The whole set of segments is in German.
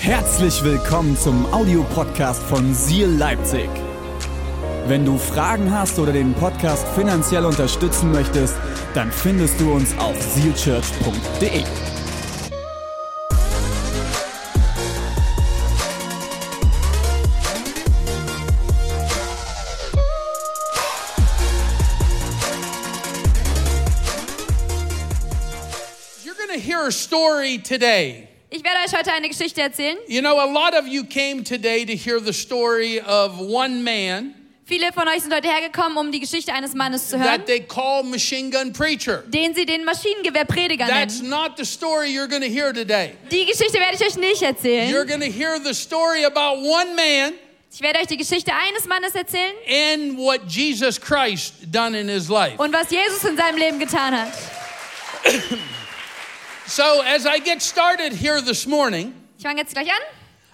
Herzlich willkommen zum Audiopodcast von Seal Leipzig. Wenn du Fragen hast oder den Podcast finanziell unterstützen möchtest, dann findest du uns auf sealchurch.de. You're going to hear a story today. Ich werde euch heute eine Geschichte erzählen. You know, a lot of you came today to hear the story of one man Viele von euch sind heute hergekommen, um die Geschichte eines Mannes zu hören, that they call machine gun preacher. den sie den Maschinengewehrprediger That's nennen. not the story you're going to hear today. Die Geschichte werde ich euch nicht You're erzählen. going to hear the story about one man Ich werde euch die Geschichte eines Mannes erzählen and what Jesus Christ done in his life. und was Jesus in seinem Leben getan hat. So, as I get started here this morning, Ich fange jetzt gleich an.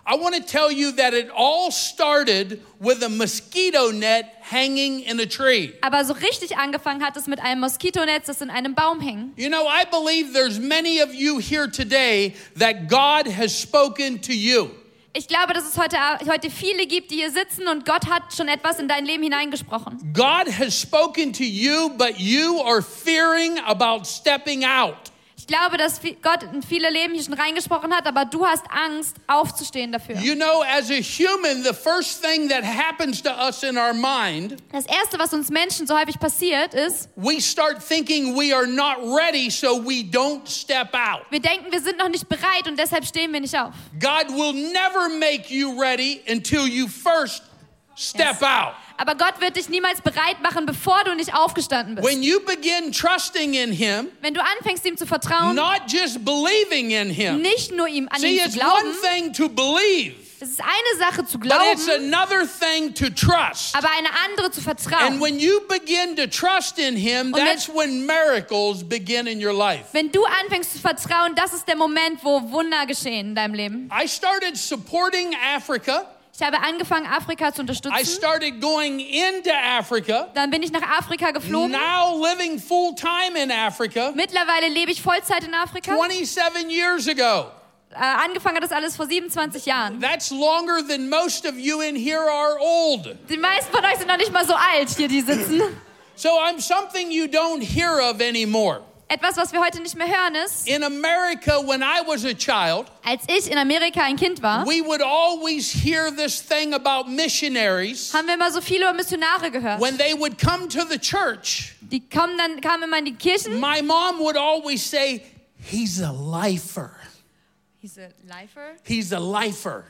I want to tell you that it all started with a mosquito net hanging in a tree. Aber so richtig angefangen hat es mit einem Moskitonetz, das in einem Baum hing. You know, I believe there's many of you here today that God has spoken to you. Ich glaube, dass es heute, heute viele gibt, die hier sitzen und Gott hat schon etwas in dein Leben hineingesprochen. God has spoken to you, but you are fearing about stepping out. Ich glaube, dass vi- Gott in viele Leben hier schon reingesprochen hat, aber du hast Angst, aufzustehen dafür. You know, as a human, the first thing that happens to us in our mind, Das Erste, was uns Menschen so häufig passiert, ist, we start thinking we are not ready, so we don't step out. wir denken, wir sind noch nicht bereit und deshalb stehen wir nicht auf. God will never make you ready until you first step Yes. out. Aber Gott wird dich niemals bereit machen, bevor du nicht aufgestanden bist. When you begin trusting in Him, Wenn du anfängst, ihm zu vertrauen, not just believing in Him, nicht nur ihm an See, ihn zu it's one glauben, thing to believe, es ist eine Sache zu but it's glauben, another thing to trust. aber eine andere zu And vertrauen. when you begin to trust in Him, wenn- that's when miracles begin in your life. Wenn du anfängst zu vertrauen, das ist der Moment, wo Wunder geschehen in deinem Leben. I started supporting Africa. Ich habe angefangen, Afrika zu I unterstützen. started going into Africa. Dann bin ich nach Afrika geflogen. Now living full time in Africa. Mittlerweile lebe ich Vollzeit in Afrika. 27 years ago. Äh, angefangen hat das alles vor 27 Jahren. That's longer than most of you in here are old. Die meisten von euch sind noch nicht mal so alt, hier die sitzen. So I'm something you don't hear of anymore. Etwas, was wir heute nicht mehr hören, ist, In America, when I was a child, als ich in Amerika ein Kind war, We would always hear this thing about missionaries haben wir immer so viel über Missionare gehört. when they would come to the church. Die kommen dann, kamen immer in die Kirchen. My mom would always say, He's a lifer. He's a lifer.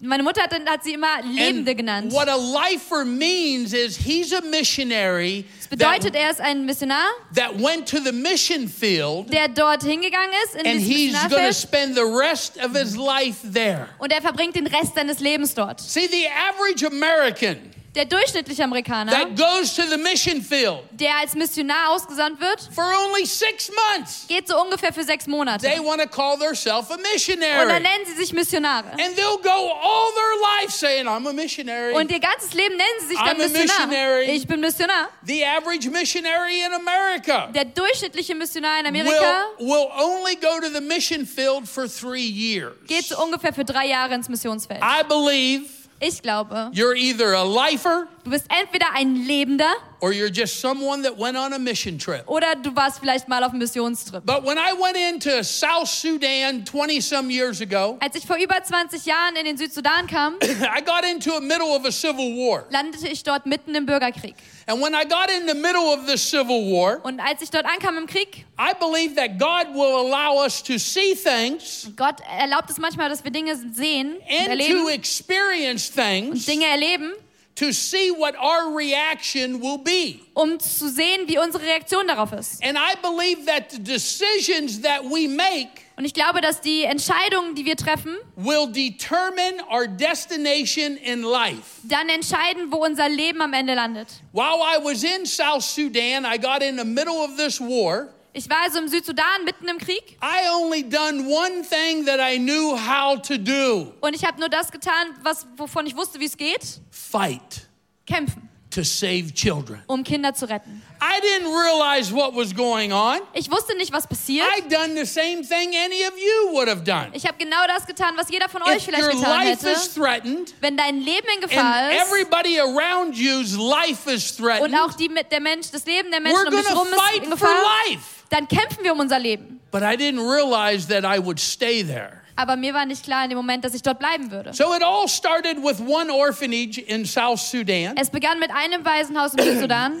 Meine Mutter hat, dann, hat sie immer Lebende And genannt. what a lifer means is he's a missionary Das bedeutet, that, er ist ein Missionar, that went to the mission field der dort hingegangen ist, in and dieses he's going to Missionarfeld, spend the rest of his life there. und er verbringt den Rest seines Lebens dort. See, the average American Der durchschnittliche Amerikaner, that goes to the mission field der als Missionar ausgesandt wird, for only six months. geht so ungefähr für sechs Monate. They want to call themselves a Und dann missionary. nennen sie sich Missionare. And they'll go all their life saying, I'm a missionary. Und ihr ganzes Leben nennen sie sich dann I'm a Missionar. missionary. Ich bin Missionar. The average missionary in America Der durchschnittliche Missionar in Amerika will, will only go to the mission field for three years. geht so ungefähr für drei Jahre ins Missionsfeld. I believe Ich glaube, you're either a lifer du bist entweder ein Lebender or you're just someone that went on a mission trip. oder du warst vielleicht mal auf einem Missionstrip. But when I went into South Sudan 20 some years ago, Als ich vor über 20 Jahren in den Südsudan kam, I got into the middle of a civil war. landete ich dort mitten im Bürgerkrieg. And when I got in the middle of this civil war, Und als ich dort ankam im Krieg, I believe that God will allow us to see things Gott erlaubt es manchmal, dass wir Dinge sehen und and to erleben, experience things Dinge erleben, to see what our reaction will be. um zu sehen, wie unsere Reaktion darauf ist. And I believe that the decisions that we make Und ich glaube, dass die Entscheidungen, die wir treffen, will determine our destination in life. dann entscheiden, wo unser Leben am Ende landet. While I was in South Sudan, I got in the middle of this war. Ich war also im Südsudan mitten im Krieg I only done one thing that I knew how to do und ich habe nur das getan, was, wovon ich wusste, wie es geht, fight. kämpfen. to save children. um Kinder zu retten. I didn't realize what was going on. Ich wusste nicht, was passiert. I've done the same thing any of you would have done. Ich habe genau das getan, was jeder von euch If vielleicht your getan life hätte. is threatened Wenn dein Leben in Gefahr and ist everybody around you's life is und threatened, auch die, mit der Mensch, das Leben der we're Menschen um going dich to herum fight ist in for Gefahr, life. dann kämpfen wir um unser Leben. But I didn't realize that I would stay there. Aber mir war nicht klar in dem Moment, dass ich dort bleiben würde. So it all started with one orphanage in South Sudan. Es begann mit einem Waisenhaus im Südsudan.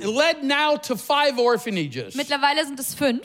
It led now to five orphanages. Mittlerweile sind es fünf.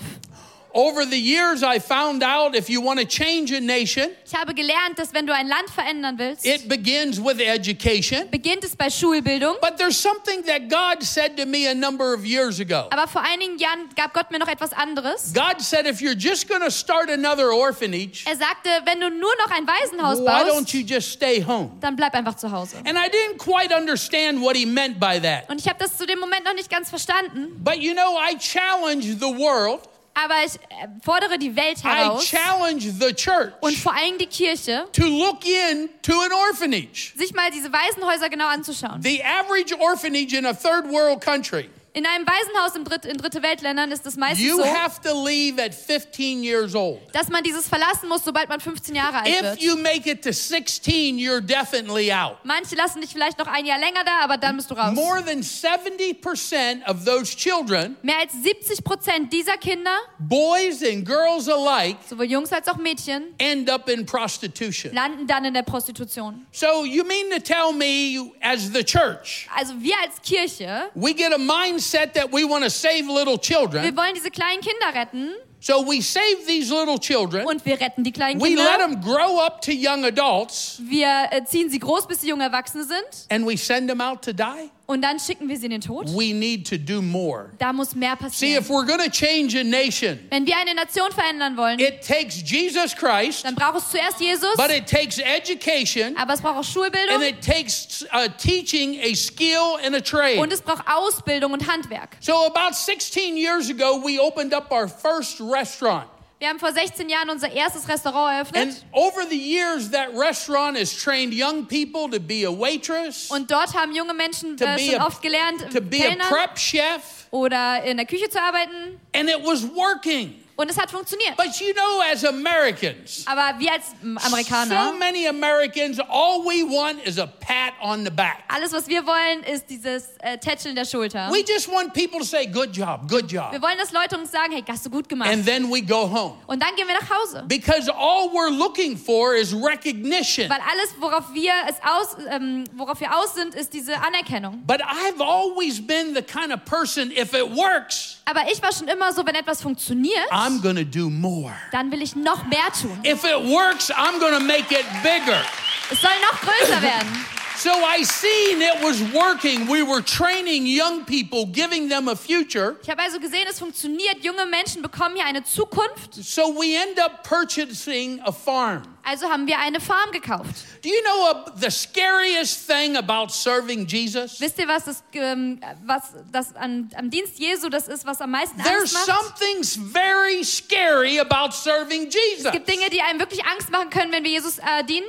Over the years, I found out if you want to change a nation, Ich habe gelernt, dass wenn du ein Land verändern willst, it begins with education. beginnt es bei Schulbildung. But there's something that God said to me a number of years ago. Aber vor einigen Jahren gab Gott mir noch etwas anderes. God said, if you're just going to start another orphanage, Er sagte, wenn du nur noch ein Waisenhaus why don't baust, you just stay home? dann bleib einfach zu Hause. And I didn't quite understand what he meant by that. Und ich habe das zu dem Moment noch nicht ganz verstanden. But you know, I challenge the world, Aber ich äh, fordere die Welt I heraus challenge the church und vor allem die Kirche, to look into an orphanage. sich mal diese Waisenhäuser genau anzuschauen. The average orphanage in a third world country, In einem Waisenhaus im Dritt, in dritte Weltländern ist es meistens you so, have to leave at 15 years old. dass man dieses verlassen muss, sobald man 15 Jahre alt If wird. you make it to 16, you're definitely out. Manche lassen dich vielleicht noch ein Jahr länger da, aber dann bist du raus. More than 70% of those children, Mehr als 70 Prozent dieser Kinder, boys and girls alike, sowohl Jungs als auch Mädchen, end up in prostitution. landen dann in der Prostitution. So you mean to tell me, as the church, Also wir als Kirche, we get a mindset that we want to save little wir children. wollen diese kleinen Kinder retten So we save these little children. und wir retten die kleinen We let them Kinder. grow up to young adults Wir äh, ziehen sie groß, bis sie junge Erwachsene sind and we send them out to die. und dann schicken wir sie in den Tod. We need to do more. Da muss mehr See, passieren. if we're going to change a nation, Wenn wir eine Nation verändern wollen, it takes Jesus Christ, dann braucht es zuerst Jesus, but it takes education aber es braucht auch and Schulbildung it takes uh, teaching a skill and a und trade. es braucht Ausbildung und Handwerk. So, about 16 years ago, we opened up our first restaurant. Wir haben vor 16 Jahren unser erstes Restaurant And eröffnet over the years, that restaurant has trained young people to be a waitress, und dort haben junge Menschen to, äh, be schon a, oft gelernt, to be a Kellnern prep chef, oder in der Küche zu arbeiten and it was working. und es hat funktioniert. But you know, as Americans, Aber wir als m, so Amerikaner, many Americans, all we want is a pat on the back. alles was wir wollen, ist dieses äh, Tätscheln der Schulter. We just want people to say, good job, good Wir job. wollen, dass Leute uns sagen, hey, hast du gut gemacht. And then we go home. Und dann gehen wir nach Hause. Because all we're looking for is recognition. Weil alles, worauf wir, es aus, ähm, worauf wir aus sind, ist diese Anerkennung. But I've always been the kind of person, if it works, Aber ich war schon immer so, wenn etwas funktioniert, I'm going to do more. dann will ich noch mehr tun. If it works, I'm going to make it bigger. Es soll noch größer werden. So I seen it was working. We were training young people, giving them a future. Ich habe also gesehen, es funktioniert. Junge Menschen bekommen hier eine Zukunft. So we end up purchasing a farm. Also haben wir eine Farm gekauft. Do you know uh, the scariest thing about serving Jesus? Wisst ihr, was das, ähm, was das an, am Dienst Jesu das ist, was am meisten There's Angst macht? something very scary about serving Jesus. Es gibt Dinge, die einem wirklich Angst machen können, wenn wir Jesus äh, dienen.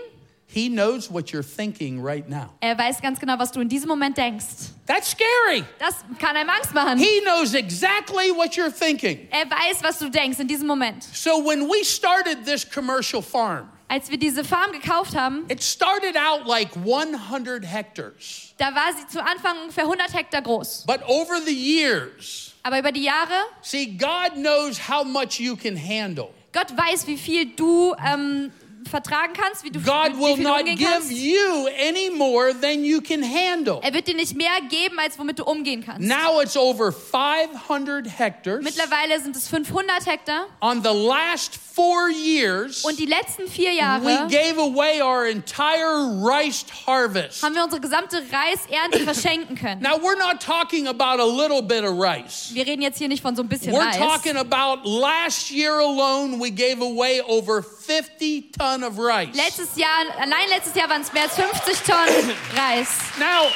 He knows what you're thinking right now. Er weiß ganz genau, was du in diesem Moment denkst. That's scary. Das kann einem Angst machen. He knows exactly what you're thinking. Er weiß, was du denkst in diesem Moment. So when we started this commercial farm, Als wir diese Farm gekauft haben, it started out like 100 hectares. da war sie zu Anfang ungefähr 100 Hektar groß. But over the years, Aber über die Jahre, see, God knows how much you can handle. Gott weiß, wie viel du ähm, vertragen kannst, wie du God wie, will wie viel du not umgehen give kannst. you any more than you can handle. Er wird dir nicht mehr geben, als womit du umgehen kannst. Now it's over 500 hectares. Mittlerweile sind es 500 Hektar On the last four years, und die letzten vier we Jahre gave away our entire rice harvest. haben wir unsere gesamte Reisernte verschenken können. Now, we're not talking about a little bit of rice. Wir reden jetzt hier nicht von so ein bisschen We're Reis. talking about last year alone, we gave away over 50 ton of rice. Letztes Jahr, allein letztes Jahr waren es mehr als 50 Tonnen Reis. Now,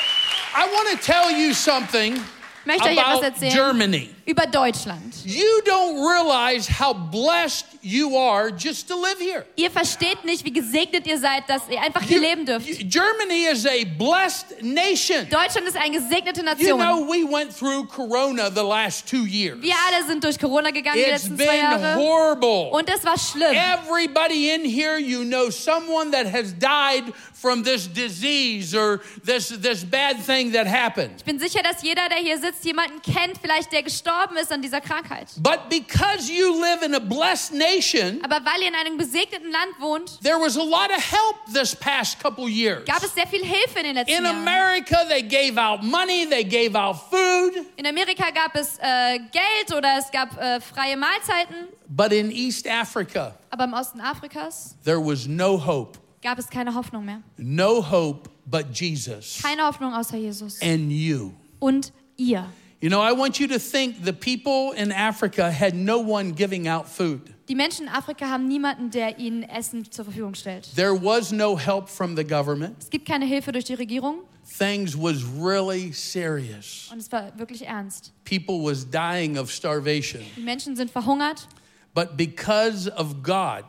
I want to tell you something Möchte euch etwas about erzählen. Germany. über Deutschland. You don't realize how blessed you are just to live here. Ihr versteht nicht, wie gesegnet ihr seid, dass ihr einfach hier You- leben dürft. you- Germany is a blessed nation. Deutschland ist eine gesegnete You Nation. know, we went through Corona the last two years. Wir alle sind durch Corona gegangen die It's letzten zwei been Jahre. horrible. Und es war schlimm. Everybody in here, you know someone that has died from this disease or this, this bad thing that happened. Ich bin sicher, dass jeder, der hier sitzt, jemanden kennt, vielleicht der gestorben ist an dieser Krankheit. But because you live in a blessed nation, Aber weil ihr in einem gesegneten Land wohnt, there was a lot of help this past couple years. gab es sehr viel Hilfe in den letzten In Jahren. America, they gave out money, they gave out food. In Amerika gab es äh, Geld oder es gab äh, freie Mahlzeiten. But in East Africa, Aber im Osten Afrikas there was no hope. gab es keine Hoffnung mehr. No hope but Jesus Keine Hoffnung außer Jesus. and you. Und ihr. You know, I want you to think the people in Africa had no one giving out food. Die Menschen in Afrika haben niemanden, der ihnen Essen zur Verfügung stellt. There was no help from the government. Es gibt keine Hilfe durch die Regierung Things was really serious. und es war wirklich ernst. People was dying of starvation. Die Menschen sind verhungert, But because of God,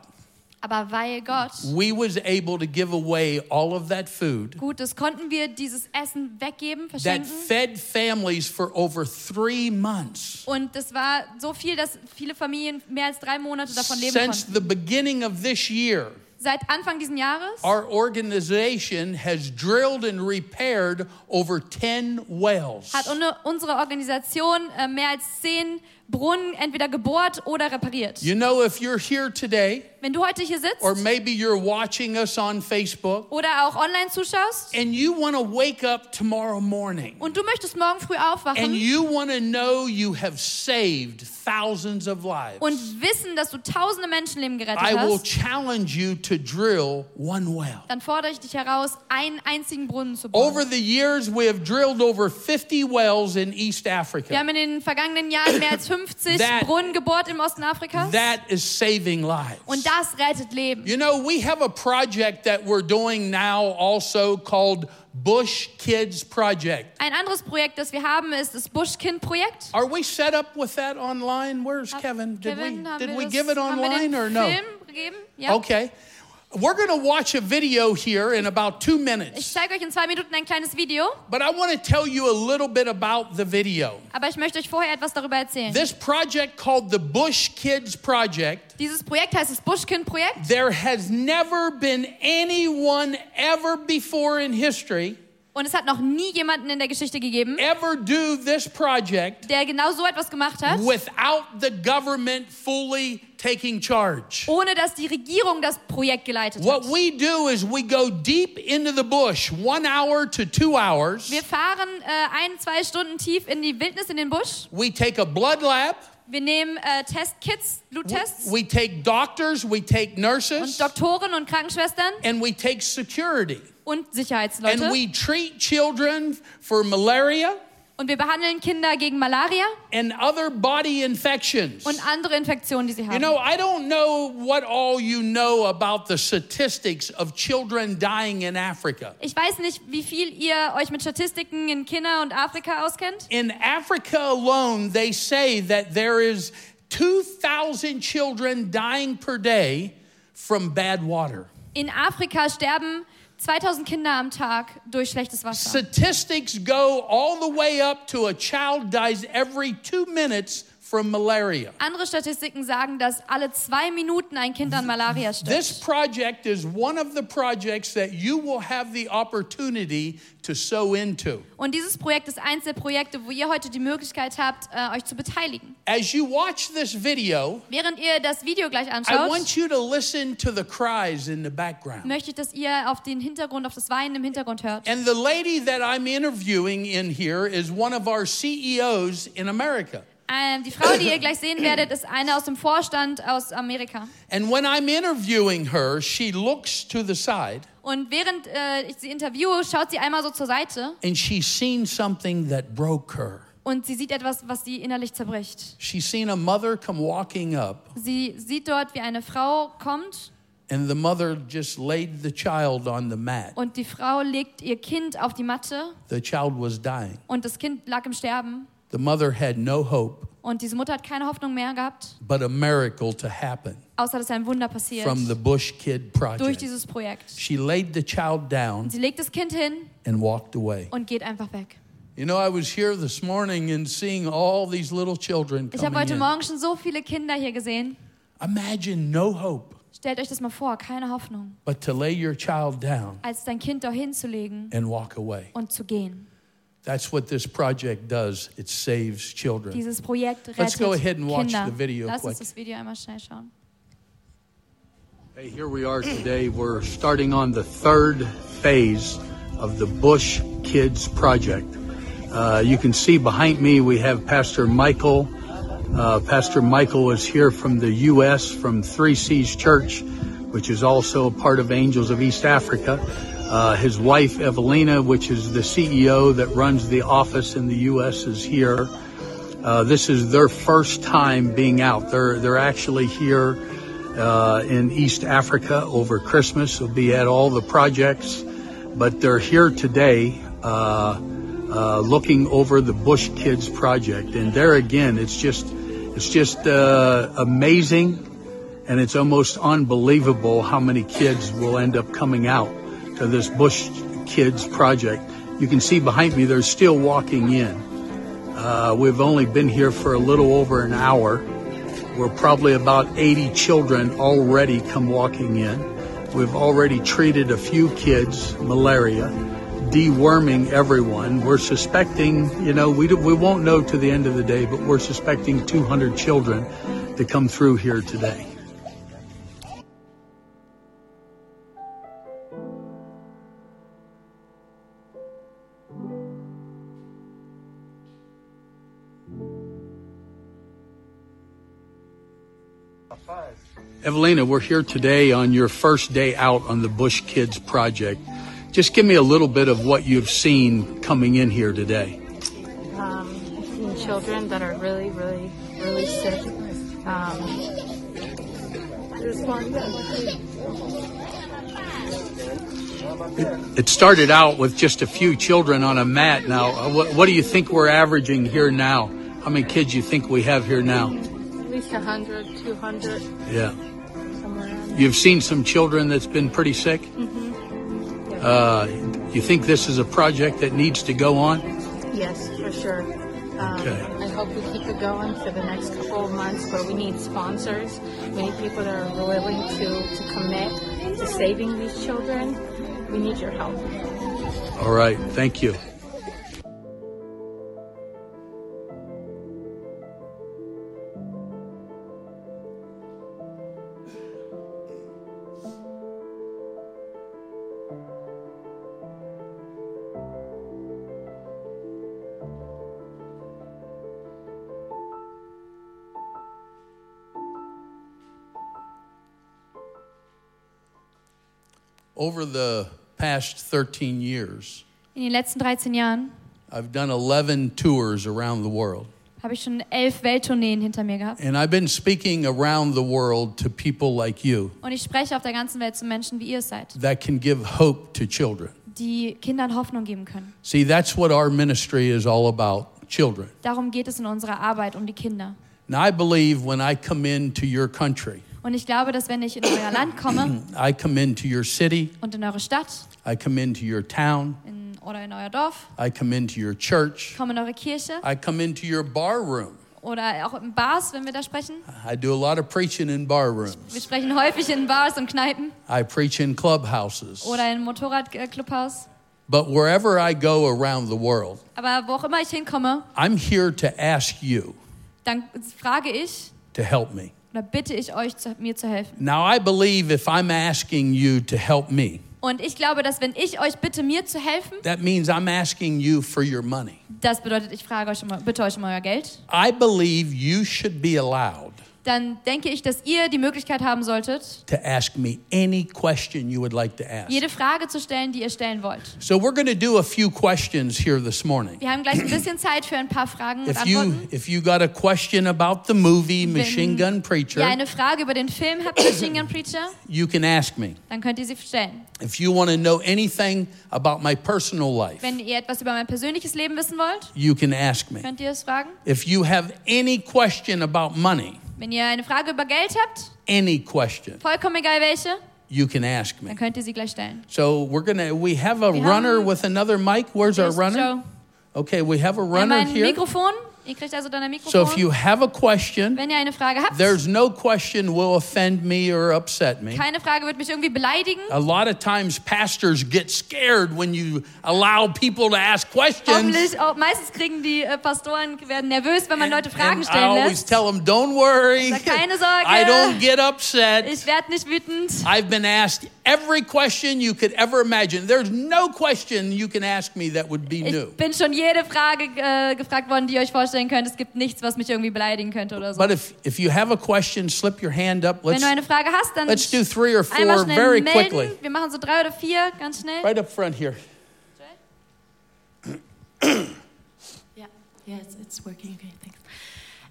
aber weil Gott we was able to give away all of that food gut ist, konnten wir dieses Essen weggeben, that verschenken. fed families for over 3 months. Und das war so viel, dass viele Familien mehr als drei Monate davon leben Since konnten. the beginning of this year, Seit Anfang diesen Jahres Our organization has drilled and repaired over 10 wells. hat un unsere Organisation äh, mehr als zehn Brunnen entweder gebohrt oder repariert. You know, if you're here today, Wenn du heute hier sitzt or maybe you're watching us on Facebook, oder auch online zuschaust and you want to wake up tomorrow morning und du möchtest morgen früh and aufwachen you want to know you have saved thousands of lives, und wissen, dass du tausende Menschenleben gerettet I will hast, challenge you to drill one well. dann fordere ich dich heraus, einen einzigen Brunnen zu Over bohren. the years, we have drilled over 50 wells in East Wir Africa. haben in den vergangenen Jahren mehr als 50 That- Brunnen gebohrt im Osten Afrikas That is saving lives. und das rettet Leben. You know, we have a project that we're doing now also called Bush Kids Project. Ein anderes Projekt, das wir haben, ist das Buschkind-Projekt. Are we set up with that online? Where's Kevin? Did Kevin, we haben did wir we das- give it haben wir online den or no? Film gegeben? Ja. Okay. We're going to watch a video here in about 2 Ich minutes. zeige euch in zwei Minuten ein kleines Video, But I want to tell you a little bit about the video. aber ich möchte euch vorher etwas darüber erzählen. This project called the Bush Kids Project Dieses Projekt heißt das Buschkind-Projekt. there has never been anyone ever before in history Und es hat noch nie jemanden in der Geschichte gegeben, ever do this project der genau so etwas gemacht hat, without the government fully taking charge. ohne dass die Regierung das Projekt geleitet hat. What we do is we go deep into the bush, one hour to two hours. Wir fahren äh, ein, zwei Stunden tief in die Wildnis, in den Busch. We take a blood lab. Wir nehmen äh, Testkits, Bluttests We take doctors, we take und nurses, Doktoren und Krankenschwestern and we take security. und And Sicherheitsleute. we treat children for malaria Und wir behandeln Kinder gegen Malaria and other body infections. und andere Infektionen, die sie haben. You know, I don't know what all you know about the statistics of children dying in Africa. ich weiß nicht, wie viel ihr euch mit Statistiken in China und Afrika auskennt. In Africa alone, they say that there is 2,000 children dying per day from bad water. In Afrika sterben 2000 Kinder am Tag durch schlechtes Wasser. Statistics go all the way up to a child dies every two minutes from malaria. Andere Statistiken sagen, dass alle zwei Minuten ein Kind an Malaria This stirbt. project is one of the projects that you will have the opportunity to sow into. Und dieses Projekt ist eins der Projekte, wo ihr heute die Möglichkeit habt, äh, euch zu beteiligen. As you watch this video, Während ihr das Video gleich I anschaut, want you to listen to the cries in the background. möchte ich, dass ihr auf den Hintergrund, auf das Weinen im Hintergrund hört. And the lady that I'm interviewing in here is one of our CEOs in America. Ähm, die Frau, die ihr gleich sehen werdet, ist eine aus dem Vorstand aus Amerika. And when I'm interviewing her, she looks to the side Und während äh, ich sie interviewe, schaut sie einmal so zur Seite and she's seen something that broke her. und sie sieht etwas, was sie innerlich zerbricht. She's seen a mother come walking up, Sie sieht dort, wie eine Frau kommt and the mother just laid the child on the mat. und die Frau legt ihr Kind auf die Matte The child was dying. und das Kind lag im Sterben. The mother had no hope Und diese Mutter hat keine Hoffnung mehr gehabt, but a miracle to happen außer dass ein Wunder passiert from the Bush Kid durch Project. dieses Projekt. She laid the child down Sie legt das Kind hin and walked away. und geht einfach weg. You know, I was here this morning and seeing all these little children Ich habe coming heute in. Morgen schon so viele Kinder hier gesehen. Imagine no hope Stellt euch das mal vor, keine Hoffnung, but to lay your child down als dein Kind da hinzulegen and walk away. und zu gehen. That's what this project does. It saves children. Dieses Projekt rettet Let's go ahead and watch Kinder. the video Lass uns quick. das Video einmal schnell schauen. Hey, here we are today. We're starting on the third phase of the Bush Kids Project. Uh, you can see behind me we have Pastor Michael. Uh, Pastor Michael is here from the U.S., from Three Seas Church, which is also a part of Angels of East Africa. Uh, his wife, Evelina, which is the CEO that runs the office in the U.S., is here. Uh, this is their first time being out. They're they're actually here uh, in East Africa over Christmas. They'll be at all the projects, but they're here today, uh, uh, looking over the Bush Kids project. And there again, it's just it's just uh, amazing, and it's almost unbelievable how many kids will end up coming out to this Bush Kids project. You can see behind me, they're still walking in. Uh, we've only been here for a little over an hour. We're probably about 80 children already come walking in. We've already treated a few kids malaria, deworming everyone. We're suspecting, you know, we, do, we won't know to the end of the day, but we're suspecting 200 children to come through here today. Evelina, we're here today on your first day out on the Bush Kids project. Just give me a little bit of what you've seen coming in here today. um, I've seen children that are really, really, really sick. Um, there's one that- It started out with just a few children on a mat. Now, uh, what, what do you think we're averaging here now? How many kids you think we have here now? at least 100, 200, Yeah, somewhere around you've seen some children that's been pretty sick. Uh, you think this is a project that needs to go on? there. Yes, for sure. Um, Okay. I hope we keep it going for the next couple of months, but we need sponsors. We need people that are willing to, to commit to saving these children. We need your help. All right, thank you. Over the past 13 years, In den letzten 13 Jahren I've done 11 tours around the world. habe ich schon elf Welttourneen hinter mir gehabt. And I've been speaking around the world to people like you Und ich spreche auf der ganzen Welt zu Menschen, wie ihr seid, that can give hope to children. die Kindern Hoffnung geben können. See, that's what our ministry is all about children. Darum geht es in unserer Arbeit, um die Kinder. Now, I believe when I come into your country, Und ich glaube, dass wenn ich in euer Land komme I come into your city, und in eure Stadt I come into your town, in, oder in euer Dorf, I come into your church, komme in eure Kirche I come into your bar room. oder auch in Bars, wenn wir da sprechen. I do a lot of preaching in bar rooms. Wir sprechen häufig in Bars und Kneipen I preach in clubhouses. oder äh, im Motorradclubhaus. But wherever I go around the world, Aber wo auch immer ich hinkomme, I'm here to ask you dann frage ich to help me. oder bitte ich euch, zu, mir zu helfen. Now, I believe if I'm asking you to help me, Und ich glaube, dass wenn ich euch bitte, mir zu helfen, that means I'm asking you for your money. das bedeutet, ich frage euch um, bitte euch um euer Geld. I believe you should be allowed dann denke ich, dass ihr die Möglichkeit haben solltet, to ask me any question you would like to ask. jede Frage zu stellen, die ihr stellen wollt. So we're going to do a few questions here this morning. Wir haben gleich ein bisschen Zeit für ein paar Fragen und If you Antworten. if you got a question about the movie Machine Gun Wenn ihr Preacher, eine Frage über den Film habt, Machine Gun Preacher, you can ask me. dann könnt ihr sie stellen. If you want to know anything about my personal life, Wenn ihr etwas über mein persönliches Leben wissen wollt, you can ask me. könnt ihr es fragen. If you have any question about money, Wenn ihr eine Frage über Geld habt, any question, vollkommen egal welche, you can ask me. dann könnt ihr sie gleich stellen. So we're going to we have a Wir runner haben- with another mic. Where's our Hier ist runner? Joe. Okay, we have a Wir haben runner ein here. Mikrofon. Ihr kriegt also dann ein So if you Mikrofon. have a question, Wenn ihr eine Frage habt, there's no question will offend me or upset me. keine Frage wird mich irgendwie beleidigen. A lot of times pastors get scared when you allow people to ask questions. Hoffentlich, auch, meistens kriegen die äh, Pastoren werden nervös, wenn man Leute Fragen And I stellen always lässt. tell them, don't worry. Sag, "Keine Sorge." I don't get upset. Ich werde nicht wütend. I've been asked every question you could ever imagine. There's no question you can ask me that would be new. Ich bin schon jede Frage äh, gefragt worden, die ihr euch vorstellen könnt. Es gibt nichts, was mich irgendwie beleidigen könnte oder so. But if, if you have a question, slip your hand up. Wenn Let's du eine Frage hast, dann let's do three or four einmal schnell very melden. quickly. Wir machen so drei oder vier, ganz schnell. right up front here. Yeah, yes, it's working. Okay, thanks.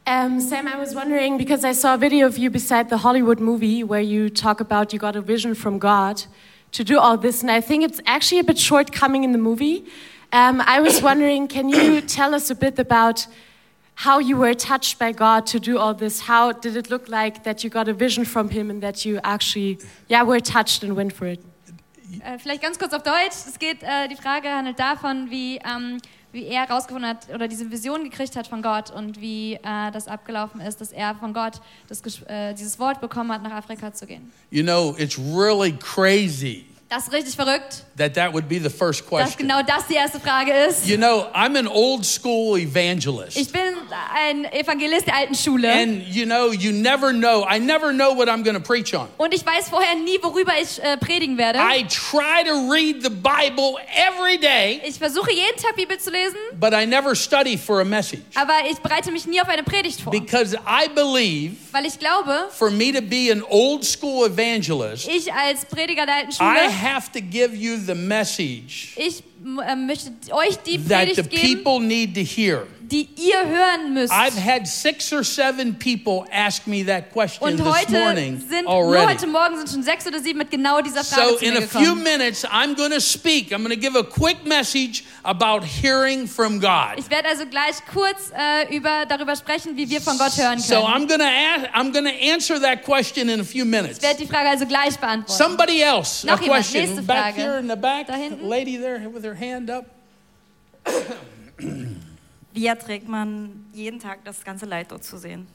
Um, Sam, I was wondering because I saw a video of you beside the Hollywood movie where you talk about you got a vision from God to do all this, and I think it's actually a bit shortcoming in the movie. Um, I was wondering, can you tell us a bit about how you were touched by God to do all this? How did it look like that you got a vision from Him and that you actually, yeah, were touched and went for it? Äh, vielleicht ganz kurz auf Deutsch. Es geht, äh, die Frage handelt davon, wie, ähm, wie er herausgefunden hat oder diese Vision gekriegt hat von Gott und wie äh, das abgelaufen ist, dass er von Gott das, Gesch- äh, dieses Wort bekommen hat, nach Afrika zu gehen. You know, it's really crazy Das ist richtig verrückt, that that would be the first dass question. genau das die erste Frage ist. You know, I'm an old school evangelist. Ich bin ein Evangelist der alten Schule. And you know, you never know. I never know what I'm going to preach on. Und ich weiß vorher nie, worüber ich äh, predigen werde. I try to read the Bible every day, Ich versuche jeden Tag Bibel zu lesen, but I never study for a message aber ich bereite mich nie auf eine Predigt vor. because I believe Weil ich glaube, for me to be an old school evangelist, ich als Prediger der alten I Schule, have to give you the message ich m- äh, möchte euch die that the Predigt geben, people need to hear. die ihr hören müsst. I've had six or seven people ask me that question Und this heute morning sind, nur heute already. Morgen sind schon sechs oder sieben mit genau dieser Frage So, zu in mir a few gekommen. minutes, I'm going to speak. I'm going to give a quick message about hearing from God. Ich werde also gleich kurz äh, über, darüber sprechen, wie wir von Gott hören So, können. I'm going to ask, I'm going to answer that question in a few minutes. Ich werde die Frage also gleich beantworten. Somebody else, a Noch jemand, question nächste back Frage. here in the back, Da hinten. lady there with her hand up. Wie erträgt man jeden Tag das ganze Leid dort zu sehen?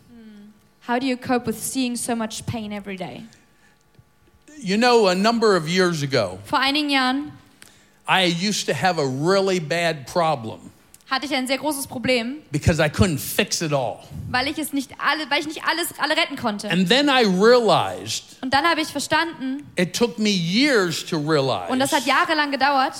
How do you cope with seeing so much pain every day? You know, a number of years ago, Vor einigen Jahren I used to have a really bad problem hatte ich ein sehr großes Problem, because I couldn't fix it all. weil ich es nicht alle, weil ich nicht alles alle retten konnte. And then I realized Und dann habe ich verstanden, It took me years to realize und das hat jahrelang gedauert.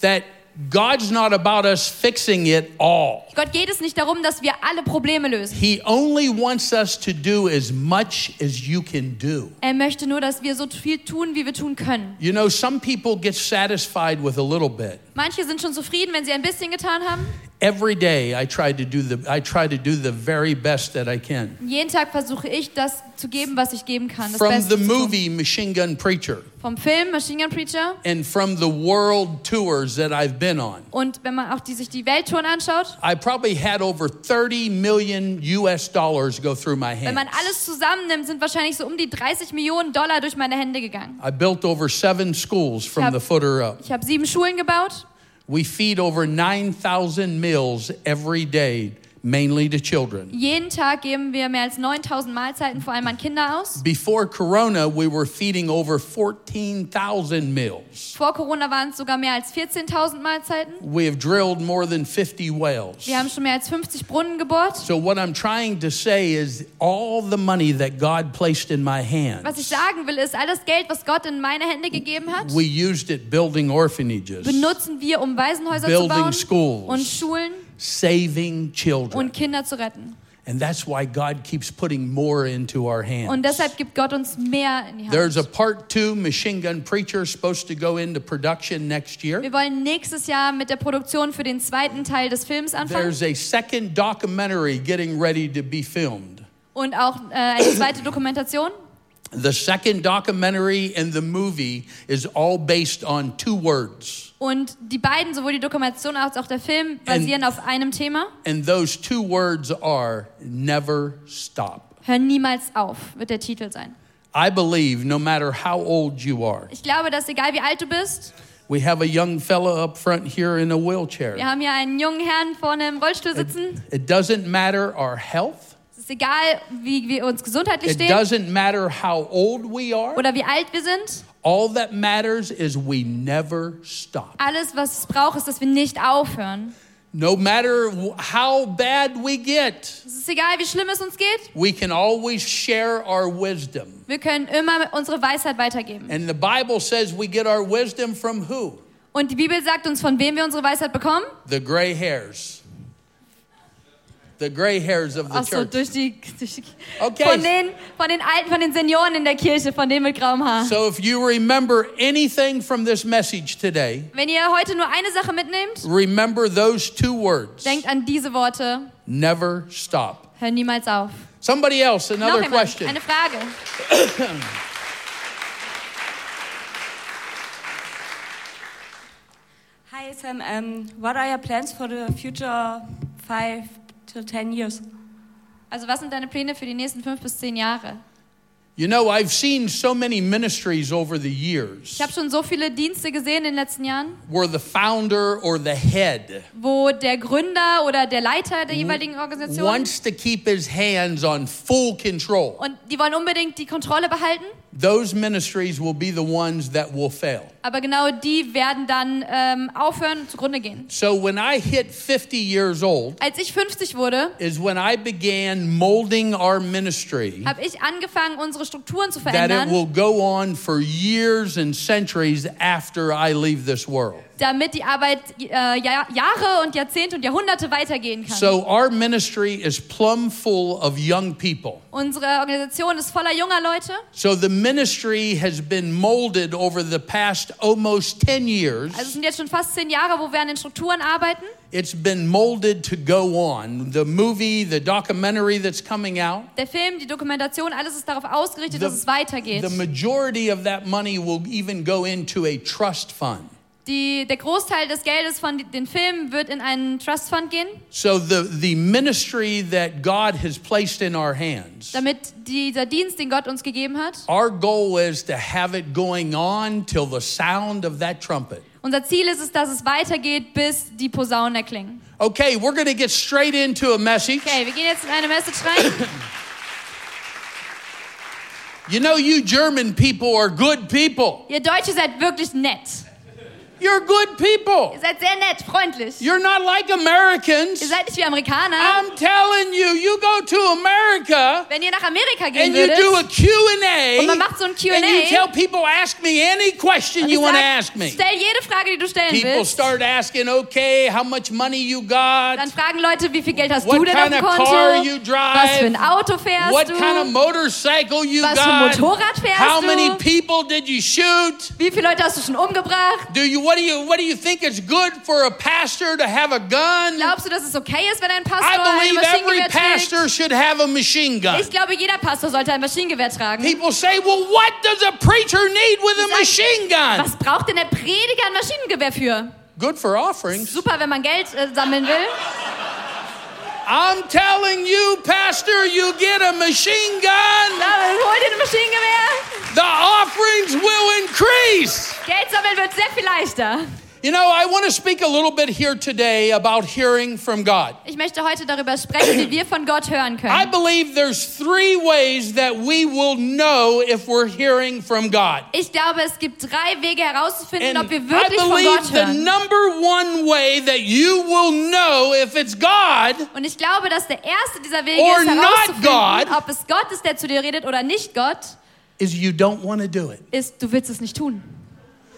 that God's not about us fixing it all. Gott geht es nicht darum, dass wir alle Probleme lösen. He only wants us to do as much as you can do. Er möchte nur, dass wir so viel tun, wie wir tun können. You know, some people get satisfied with a little bit. Manche sind schon zufrieden, wenn sie ein bisschen getan haben. Every day I try to do the I try to do the very best that I can. Jeden Tag versuche ich, das zu geben, was ich geben kann. Das From Beste the zu tun. movie Machine Gun Preacher Vom Film Machine Gun Preacher. and from the world tours that I've been on. Und wenn man auch die, sich die Welttouren anschaut, I probably had over 30 million US dollars go through my wenn hands. man alles zusammennimmt, sind wahrscheinlich so um die 30 Millionen Dollar durch meine Hände gegangen. I built over seven schools from Yep. the footer up. Ich habe sieben Schulen gebaut. We feed over 9,000 meals every day, mainly to children. Jeden Tag geben wir mehr als 9000 Mahlzeiten vor allem an Kinder aus. Before Corona, we were feeding over 14,000 meals. Vor Corona waren es sogar mehr als 14.000 Mahlzeiten. We have drilled more than 50 wells. Wir haben schon mehr als 50 Brunnen gebohrt. So, what I'm trying to say is all the money that God placed in my Was hands, ich sagen will, ist, all das Geld, was Gott in meine Hände gegeben hat, we used it building orphanages, benutzen wir, um Waisenhäuser zu Building bauen schools. und Schulen saving und children. Kinder zu retten. And that's why God keeps putting more into our hands. Und deshalb gibt Gott uns mehr in die Hand. There's a part two machine gun preacher supposed to go into production next year. Wir wollen nächstes Jahr mit der Produktion für den zweiten Teil des Films anfangen There's a second documentary getting ready to be filmed. und auch äh, eine zweite Dokumentation. The second documentary and the movie is all based on two words. Und die beiden, sowohl die Dokumentation als auch der Film, basieren auf einem Thema. And those two words are never stop. Hör niemals auf, wird der Titel sein. I believe no matter how old you are, Ich glaube, dass egal wie alt du bist, we have a young fella up front here in a wheelchair. wir haben hier einen jungen Herrn vorne im Rollstuhl sitzen. It doesn't matter our health, Es ist egal, wie wir uns gesundheitlich it stehen doesn't matter how old we are. oder wie alt wir sind. All that matters is we never stop. Alles, was es braucht, ist, dass wir nicht aufhören. No matter wh- how bad we get, Es ist egal, wie schlimm es uns geht. we can always share our wisdom. Wir können immer unsere Weisheit weitergeben. And the Bible says we get our wisdom from who? Und die Bibel sagt uns, von wem wir unsere Weisheit bekommen. The gray hairs. The gray hairs of the Ach so, church. durch die, durch die Okay. von, den, von den Alten, von den Senioren in der Kirche, von denen mit grauem Haar. So if you remember anything from this message today, Wenn ihr heute nur eine Sache mitnehmt, remember those two words. denkt an diese Worte. Never stop. Hör niemals auf. Somebody else, Noch another jemand? question. Eine Frage. Hi Sam, um, what are your plans for the future five to ten years? Also was sind deine Pläne für die nächsten fünf bis zehn Jahre? You know, I've seen so many ministries over the years Ich habe schon so viele Dienste gesehen in den letzten Jahren, where the founder or the head wo der Gründer oder der Leiter der jeweiligen Organisation wants to keep his hands on full control. und die wollen unbedingt die Kontrolle behalten, Those ministries will be the ones that will fail. aber genau die werden dann ähm, aufhören und zugrunde gehen. So when I hit 50 years old, Als ich 50 wurde, is when I began molding our ministry habe ich angefangen, unsere Strukturen zu that it verändern, will go on for years and centuries after I leave this world. damit die Arbeit äh, ja, Jahre und Jahrzehnte und Jahrhunderte weitergehen kann. So our ministry is plumb full of young people. Unsere Organisation ist voller junger Leute. So the ministry has been molded over the past almost 10 Also es years. sind jetzt schon fast zehn Jahre, wo wir an den Strukturen arbeiten. It's been molded to go on. The movie, the documentary that's coming out, Der Film, die Dokumentation, alles ist darauf ausgerichtet, The- dass es weitergeht. the majority of that money will even go into a trust fund. Die, der Großteil des Geldes von di- den Filmen wird in einen Trust Fund gehen, So the, the ministry that God has placed in our hands, damit dieser Dienst, den Gott uns gegeben hat. our goal is to have it going on till the sound of that trumpet. Unser Ziel ist es, dass es weitergeht, bis die Posaunen erklingen. Okay, we're going to get straight into a message. Okay, wir gehen jetzt in eine Message rein. You know, you German people are good people. Ihr Deutsche seid wirklich nett. You're good people. Ihr seid sehr nett, freundlich. You're not like Americans. Ihr seid nicht wie Amerikaner. I'm telling you, you go to America Wenn ihr nach Amerika gehen and you do a würdet, Q&A. Und man macht so ein Q&A. And you tell people, ask me any question und you ihr want to sagt, ask me. stell jede Frage, die du stellen People willst. start asking, okay, how much money you got? Dann fragen Leute, wie viel Geld hast What du denn auf kind dem of car you Konto? drive? Was für ein Auto fährst What du? kind of motorcycle you Was für ein got? Motorrad fährst How du? many people did you shoot? Wie viele Leute hast du schon umgebracht? Do you what do you what do you think is good for a pastor to have a gun? Glaubst du, dass es okay ist, wenn ein Pastor I ein believe every Maschinengewehr pastor trägt? should have a machine gun. Ich glaube, jeder Pastor sollte ein Maschinengewehr tragen. People say, "Well, what does a preacher need with a Sag- machine gun?" Was braucht denn der Prediger ein Maschinengewehr für? Good for offerings. Super, wenn man Geld äh, sammeln will. I'm telling you, pastor, you get a machine gun, Aber hol dir ein Maschinengewehr. the offerings will increase. Geld sammeln wird sehr viel leichter. You know, I want to speak a little bit here today about hearing from God. Ich möchte heute darüber sprechen, wie wir von Gott hören I können. believe there's three ways that we will know if we're hearing from God. Ich glaube, es gibt drei Wege herauszufinden, And ob wir I wirklich von believe Gott the hören. number one way that you will know if it's God Und ich glaube, dass der erste dieser Wege Or ist not herauszufinden, God. ob es Gott ist, der zu dir redet oder nicht Gott, is you don't want to do it. ist, du willst es nicht tun.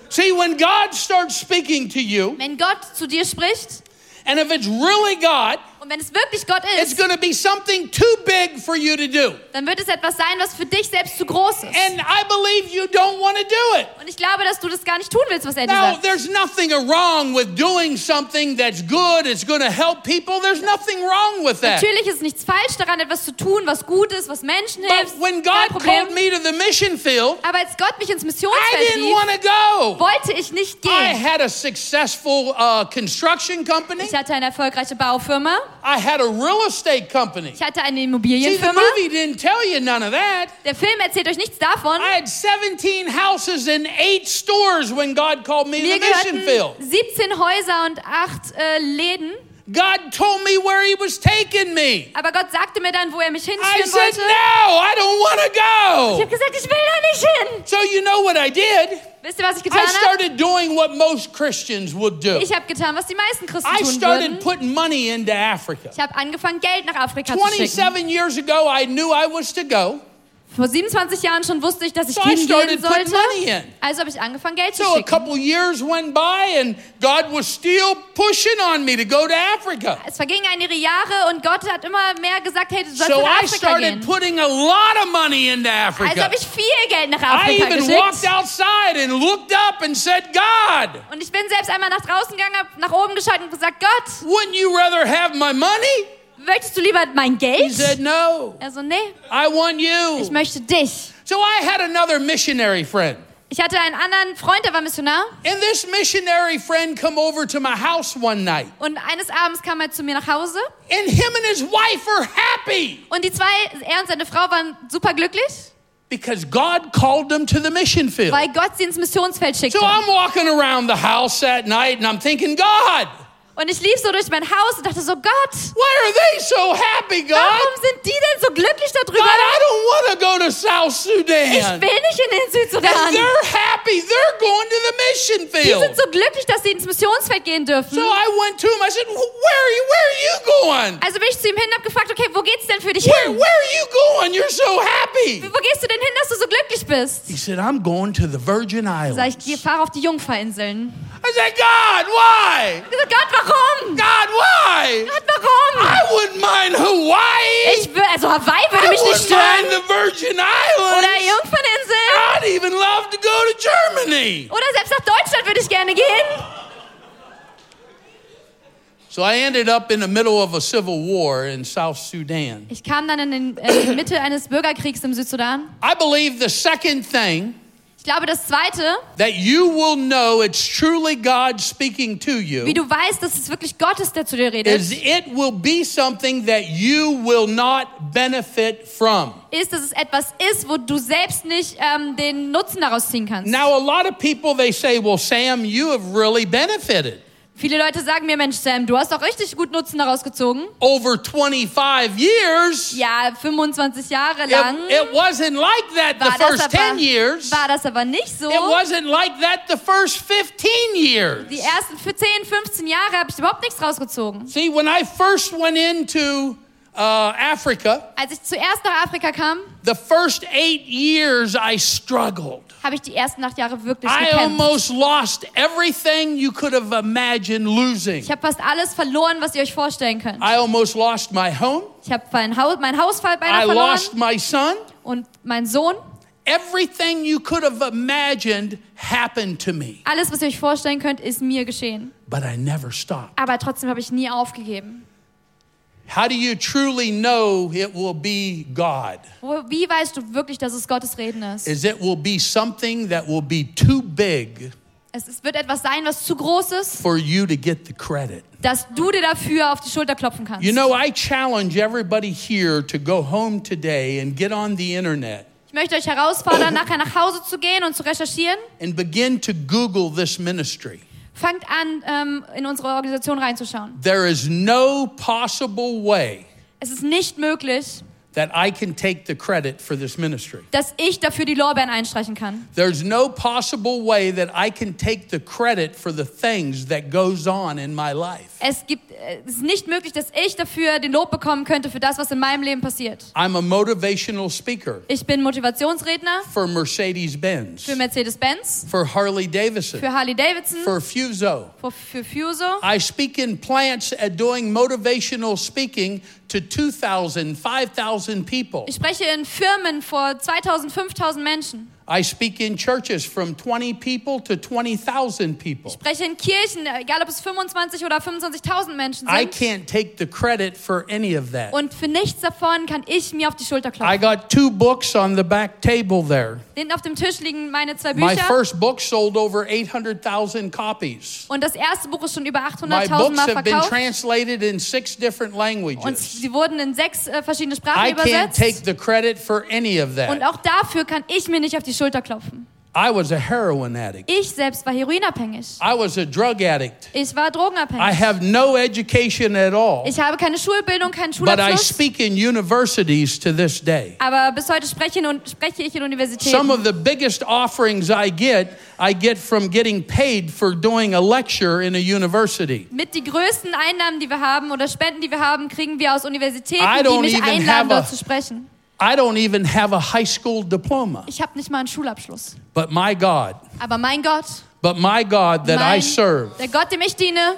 See, when God starts speaking to you, Wenn Gott zu dir spricht and if it's really God, Und wenn es wirklich Gott It's ist, going to be something too big for you to do. dann wird es etwas sein, was für dich selbst zu groß ist. And I believe you don't want to do it. Und ich glaube, dass du das gar nicht tun willst, was er dir Now, sagt. there's nothing wrong with doing something that's good, it's going to help people. There's nothing wrong with that. Natürlich ist nichts falsch daran, etwas zu tun, was gut ist, was Menschen But hilft. when kein God Problem. called me to the mission field, Aber als Gott mich ins I Missionsfeld didn't want rief, to go. wollte ich nicht I gehen. had a successful uh, construction company. Ich hatte eine erfolgreiche Baufirma. I had a real estate company. Ich hatte eine See, the Immobilienfirma. movie didn't tell you none of that. Der Film erzählt euch nichts davon. I had 17 houses and eight stores when God called me to Mir the mission gehörten field. 17 Häuser und 8 äh, Läden. God told me where He was taking me. Aber Gott sagte mir dann, wo er mich I hinführen said, wollte. No, I don't want Ich habe to go. gesagt, ich will da nicht hin. So, you know what I did? Wisst ihr, was ich getan I habe? started doing what most Christians would do. Ich habe getan, was die meisten Christen I tun started würden. putting money into Africa. Ich habe angefangen, Geld nach Afrika zu schicken. 27 years ago, I knew I was to go. Vor 27 Jahren schon wusste ich, dass ich So I started hingehen putting sollte. money in. Also habe ich angefangen, Geld zu So a schicken. couple years went by, and God was still pushing on me to go to Africa. Es vergingen einige Jahre und Gott hat immer mehr gesagt, hey, du sollst So nach I Afrika started gehen. putting a lot of money into Also Africa. habe ich viel Geld nach I Afrika even walked geschickt. outside and looked up and said, God, Und ich bin selbst einmal nach draußen gegangen, habe nach oben geschaut und gesagt, Gott, wouldn't you rather have my money? möchtest du lieber mein He Geld? said, No, Also nee, I want ich you. möchte dich. So I had another missionary friend. Ich hatte einen anderen Freund, der war Missionar. And this missionary friend come over to my house one night. Und eines Abends kam er zu mir nach Hause. And him and his wife are happy Und die zwei, er und seine Frau, waren super glücklich, because God called them to the mission field. weil Gott sie ins Missionsfeld schickte. So I'm walking around the house that night and I'm thinking, God, Und ich lief so durch mein Haus und dachte so, Gott, why are they so happy, God? warum sind die denn so glücklich God, darüber? I don't want to go to South Ich Sudan. will nicht in den And Südsudan. they're happy. They're going to the mission Die field. sind so glücklich, dass sie ins Missionsfeld gehen dürfen. So I went to him. I said, "Wh- "Where are you? Where are you going? Also bin ich zu ihm hin und hab gefragt, okay, wo geht's denn für dich Where, hin? where are you going? You're so happy." Wo gehst du denn hin, dass du so glücklich bist? He said, "I'm going to the Virgin Sag Islands." ich, geh, fahr auf die Jungferinseln. I said, "God, why? Ich sag, Gott, warum? God, why? Gott, warum? I wouldn't mind Hawaii. Ich will, also Hawaii I würde mich nicht wouldn't mind stören. the Virgin Oder Islands. Jungferninseln. I'd even love to go to Germany." Oder selbst nach Deutschland würde ich gerne gehen. So I ended up in the middle of a civil war in South Sudan. Ich kam dann in den äh, in die Mitte eines Bürgerkriegs im Südsudan. I believe the second thing Ich glaube, das Zweite, that you will know it's truly God speaking to wie you du weißt, dass es wirklich Gott ist, der zu is dir redet, it will be something that you will not benefit from. ist, dass es etwas ist, wo du selbst nicht ähm, den Nutzen daraus ziehen kannst. Now, a lot of people they say, "Well, Sam, you have really benefited." Viele Leute sagen mir, Mensch, Sam, du hast doch richtig gut Nutzen daraus gezogen. Over 25 years, Ja, 25 Jahre lang it, it wasn't like that the war, das first aber, 10 years. war das aber nicht so. It wasn't like that the first 15 years. Die ersten für 10, 15 Jahre habe ich überhaupt nichts rausgezogen. See, when I first went into uh, Africa, Als ich zuerst nach Afrika kam, the first eight years I struggled. habe ich die ersten acht Jahre wirklich I gekämpft. almost lost everything you could have imagined losing. Ich habe fast alles verloren, was ihr euch vorstellen könnt. I almost lost my home. Ich habe mein, Haus, mein Hausfall beinahe I verloren lost my son. und mein Sohn. Everything you could have imagined happened to me, Alles, was ihr euch vorstellen könnt, ist mir geschehen. but I never stopped. Aber trotzdem habe ich nie aufgegeben. How do you truly know it will be God? Wo- Wie weißt du wirklich, dass es Gottes Reden ist? Is it will be something that will be too big Es es wird etwas sein, was zu groß ist, for you to get the credit. dass du dir dafür auf die Schulter klopfen kannst. You know, I challenge everybody here to go home today and get on the internet ich möchte euch herausfordern, nachher nach Hause zu gehen und zu recherchieren. and begin to Google this ministry. Fangt an, ähm, in unsere Organisation reinzuschauen. There is no possible way Es ist nicht möglich, that I can take the credit for this ministry. dass ich dafür die Lorbeeren einstreichen kann. There's no possible way that I can take the credit for the things that goes on in my life. Es, gibt, äh, es ist nicht möglich, dass ich dafür den Lob bekommen könnte für das, was in meinem Leben passiert. I'm a motivational speaker Ich bin Motivationsredner for Mercedes Benz, für Mercedes-Benz, for Harley Davidson, für Harley-Davidson, for Fuso. für, für Fuso. I speak in plants at doing motivational speaking to 2,000, 5,000 people. Ich spreche in Firmen vor 2000, 5000 Menschen. I speak in churches from 20 people to 20,000 people. Ich spreche in Kirchen, egal ob es 25 oder 25.000 Menschen I sind. can't take the credit for any of that. Und für nichts davon kann ich mir auf die Schulter I klopfen. got two books on the back table there. Hinten auf dem Tisch liegen meine zwei My Bücher. first book sold over 800,000 copies. Und das erste Buch ist schon über My 800.000 books Mal have been verkauft. translated in six different Und languages. sie wurden in sechs äh, verschiedene Sprachen I can't take übersetzt. the credit for any of Und that. auch dafür kann ich mir nicht auf die Schulter klopfen. I was a heroin addict. Ich selbst war heroinabhängig. I was a drug addict. Ich war I drogenabhängig. have no education at all, Ich habe keine Schulbildung, keinen but I Schulabschluss. speak in universities to this day. Aber bis heute spreche, in- spreche ich in Universitäten. Some of the biggest offerings I get, I get from getting paid for doing a lecture in a university. Mit die größten Einnahmen, die wir haben oder Spenden, die wir haben, kriegen wir aus Universitäten, I die don't mich even einladen, have a- dort zu sprechen. I don't even have a high school diploma, Ich habe nicht mal einen Schulabschluss. but my God, Aber mein Gott, but my God that I mein, serve der Gott, dem ich diene,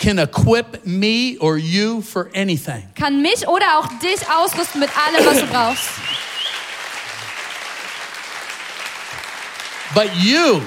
can equip me or you for anything. kann mich oder auch dich ausrüsten mit allem, was du brauchst. But you,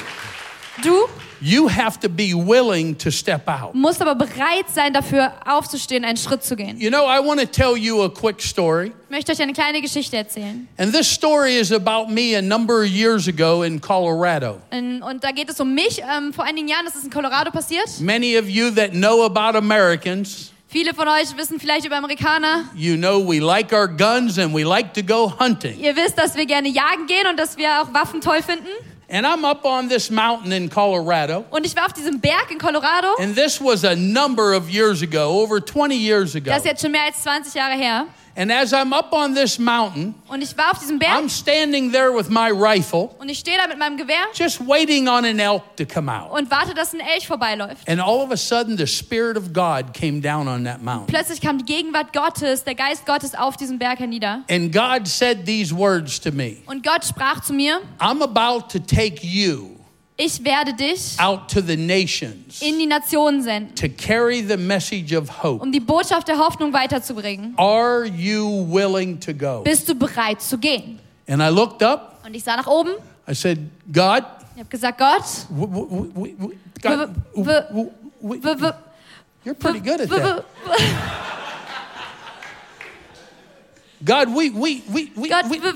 Du you have to be willing to step out. musst aber bereit sein, dafür aufzustehen, einen Schritt zu gehen. You know, I want to tell you a quick story. Ich möchte euch eine kleine Geschichte erzählen. And this story is about me a number of years ago in Colorado. Ähm, Und da geht es um mich. Ähm, vor einigen Jahren, das ist in Colorado passiert. Many of you that know about Americans, Viele von euch wissen vielleicht über Amerikaner. You know, we like our guns and we like to go hunting. Ihr wisst, dass wir gerne jagen gehen und dass wir auch Waffen toll finden. And I'm up on this mountain in Colorado. Und ich war auf diesem Berg in Colorado. And this was a number of years ago, over 20 years ago. Das ist jetzt schon mehr als 20 Jahre her. And as I'm up on this mountain, Und ich war auf diesem Berg I'm standing there with my rifle, und ich stehe da mit meinem Gewehr just waiting on an elk to come out. und warte, dass ein Elch vorbeiläuft. And all of a sudden, the Spirit of God came down on that mountain. Plötzlich kam die Gegenwart Gottes, der Geist Gottes auf diesen Berg hernieder. And God said these words to me Und Gott sprach zu mir, I'm about to take you ich werde dich out to the nations in die Nationen senden, to carry the message of hope. um die Botschaft der Hoffnung weiterzubringen. Are you willing to go? Bist du bereit zu gehen? And I looked up. Und ich sah nach oben. I said, God, Ich habe gesagt, Gott, w- w- w- w- w- W- God w- w- w- w- w- you're pretty good at w- that. w- God, we we we we Gott, we, w-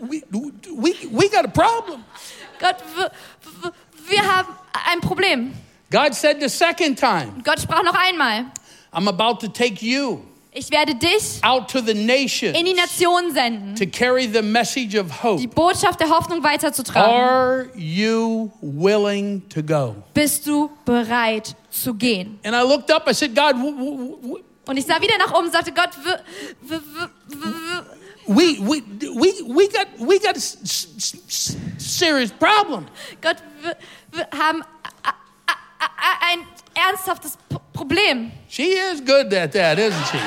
w- we, we, we got a problem. Gott, w- w- wir haben ein Problem. God said the second time, Und Gott sprach noch einmal, I'm about to take you ich werde dich out to the in die nation Nationen senden. to carry the message of die hope. Botschaft der Hoffnung weiterzutragen. Are you willing to go? Bist du bereit zu gehen? And I looked up. I said, God, w- w- w- Und ich sah wieder nach oben und sagte, Gott, w- w- w- w- we we we we got we got a s- s- s- serious problem. Gott, wir, wir haben a- a- a- a- ein ernsthaftes P- Problem. She is good at that, isn't she?